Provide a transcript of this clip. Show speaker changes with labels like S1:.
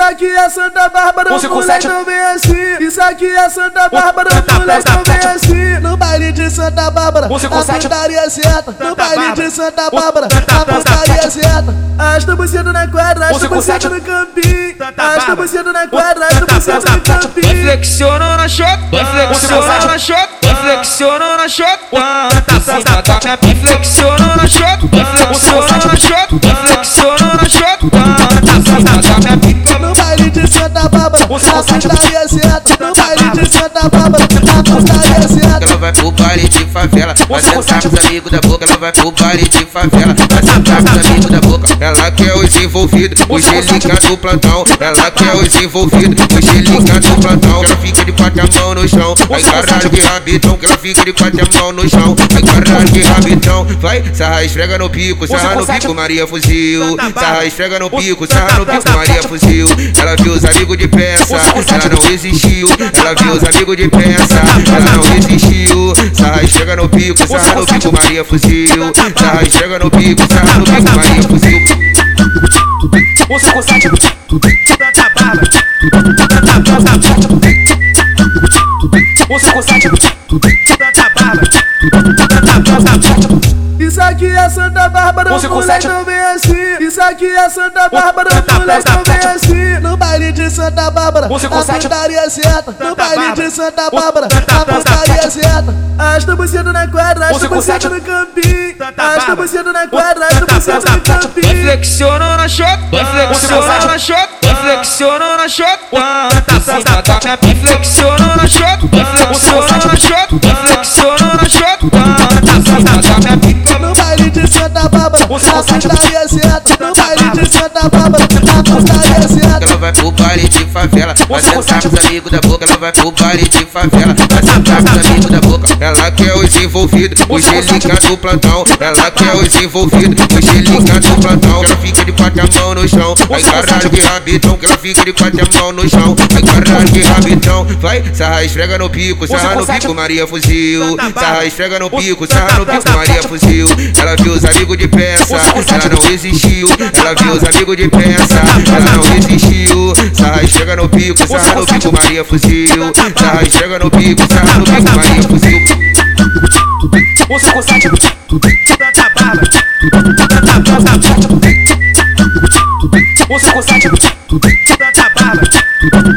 S1: aqui é Santa Bárbara,
S2: Onze com
S1: mulher
S2: sete.
S1: não vem assim. Isso aqui é Santa Bárbara,
S2: Santa
S1: mulher não
S2: Bárbara,
S1: vem
S2: sete.
S1: assim. No baile de Santa Bárbara,
S2: Onze com
S1: a
S2: sete.
S1: putaria é certa. No baile
S2: Bárbara.
S1: de Santa
S2: Onze-
S1: Bárbara,
S2: Santa
S1: a
S2: Bárbara,
S1: putaria é
S2: sete.
S1: certa. Arrasta buceta na quadra,
S2: Onze
S1: arrasta
S2: com
S1: buceta
S2: sete.
S1: no campinho.
S2: Santa
S1: Arrasta
S2: Bárbara.
S1: buceta na quadra,
S2: Onze-
S1: arrasta
S2: Santa
S1: buceta no
S2: Bárbara, sete.
S1: campinho.
S3: Flexiona na chota, flexiona na chota, flexiona na chota. Senta tá na pica, flexiona na chota, flexiona na chota, flexiona na chota. Senta tá na pica,
S1: No baile de Santa Bárbara,
S2: Onze com
S1: a
S2: sete.
S1: putaria é certa. No baile de Santa Bárbara, a putaria é certa.
S4: Ela vai pro baile de favela, vai sentar com os amigos da boca. Ela vai pro baile de favela, vai sentar com os amigos da boca. Ela quer os envolvidos, os delicados do plantão. Ela quer os envolvidos, os delicados do plantão. Ela fica de quatro a mão no chão, vai caralho de rabitão. Que ela fica de quatro a mão no chão, vai caralho de rabitão. Vai, sarra esfrega no pico, sarra no pico, Maria fuzil. Sarra esfrega no pico, sarra no pico, Maria fuzil. Ela viu os amigos de peça, ela não existiu. Ela viu os amigos de peça, ela não existiu. Sarra chega no pico, sarra no pico, Maria fuzil. Sarra chega no pico, sarra no pico, Maria fuzil.
S2: Onze com sete. Santa Bárbara. Onze com sete. Santa Bárbara.
S1: Isso aqui é Santa Bárbara,
S2: Onze com
S1: mulher
S2: sete.
S1: não vem assim. Isso aqui é Santa Bárbara,
S2: Santa-
S1: mulher
S2: Santa-
S1: não vem
S2: Santa-
S1: assim. No baile de Santa Bárbara, a
S2: Onze com sete.
S1: putaria certa. No
S2: Santa
S1: baile de
S2: Bárbara.
S1: Santa
S2: Onze-
S1: Bárbara,
S2: Santa-
S1: a
S2: Santa-
S1: putaria
S2: Santa-
S1: certa. Arrasta buceta na quadra, arrasta
S2: Onze com
S1: buceta
S2: sete.
S1: no campinho.
S2: Santa
S1: Arrasta
S2: Bárbara.
S1: buceta na quadra,
S2: Santa-
S1: arrasta buceta no
S2: Santa- Santa-
S1: campinho.
S3: flexiona na chota, flexiona na chota, flexiona na chota. Senta tá na pica, flexiona na chota, flexiona na chota, flexiona na chota. Senta tá na pica.
S1: No baile de Santa Bárbara,
S2: Onze com
S1: a
S2: sete.
S1: putaria certa. No baile de Santa Bárbara, a putaria certa.
S4: Ela vai pro baile de favela, vai sentar com os amigos da boca. Ela vai pro baile de favela, vai sentar com os amigos da boca. Ela quer os envolvidos, os delicados do plantão. Ela quer os envolvidos, os delicados do plantão. Ela fica de quatro é a mão no chão, vai caralho de rabitão. Que ela fica de quatro é a mão no chão, vai caralho de rabitão. Vai, sarra esfrega no pico, sarra no pico, Maria fuzil. Sarra esfrega no pico, sarra no pico, Maria fuzil. Ela viu os amigos de peça, ela não existiu. Ela viu os amigos de peça, ela não existiu. Sarra chega no pico, sarra no pico, Maria fuzil. Sarra chega no pico, sarra no pico, Maria fuzil.
S2: Onze com sete. Santa Bárbara. Onze com sete. Santa Bárbara.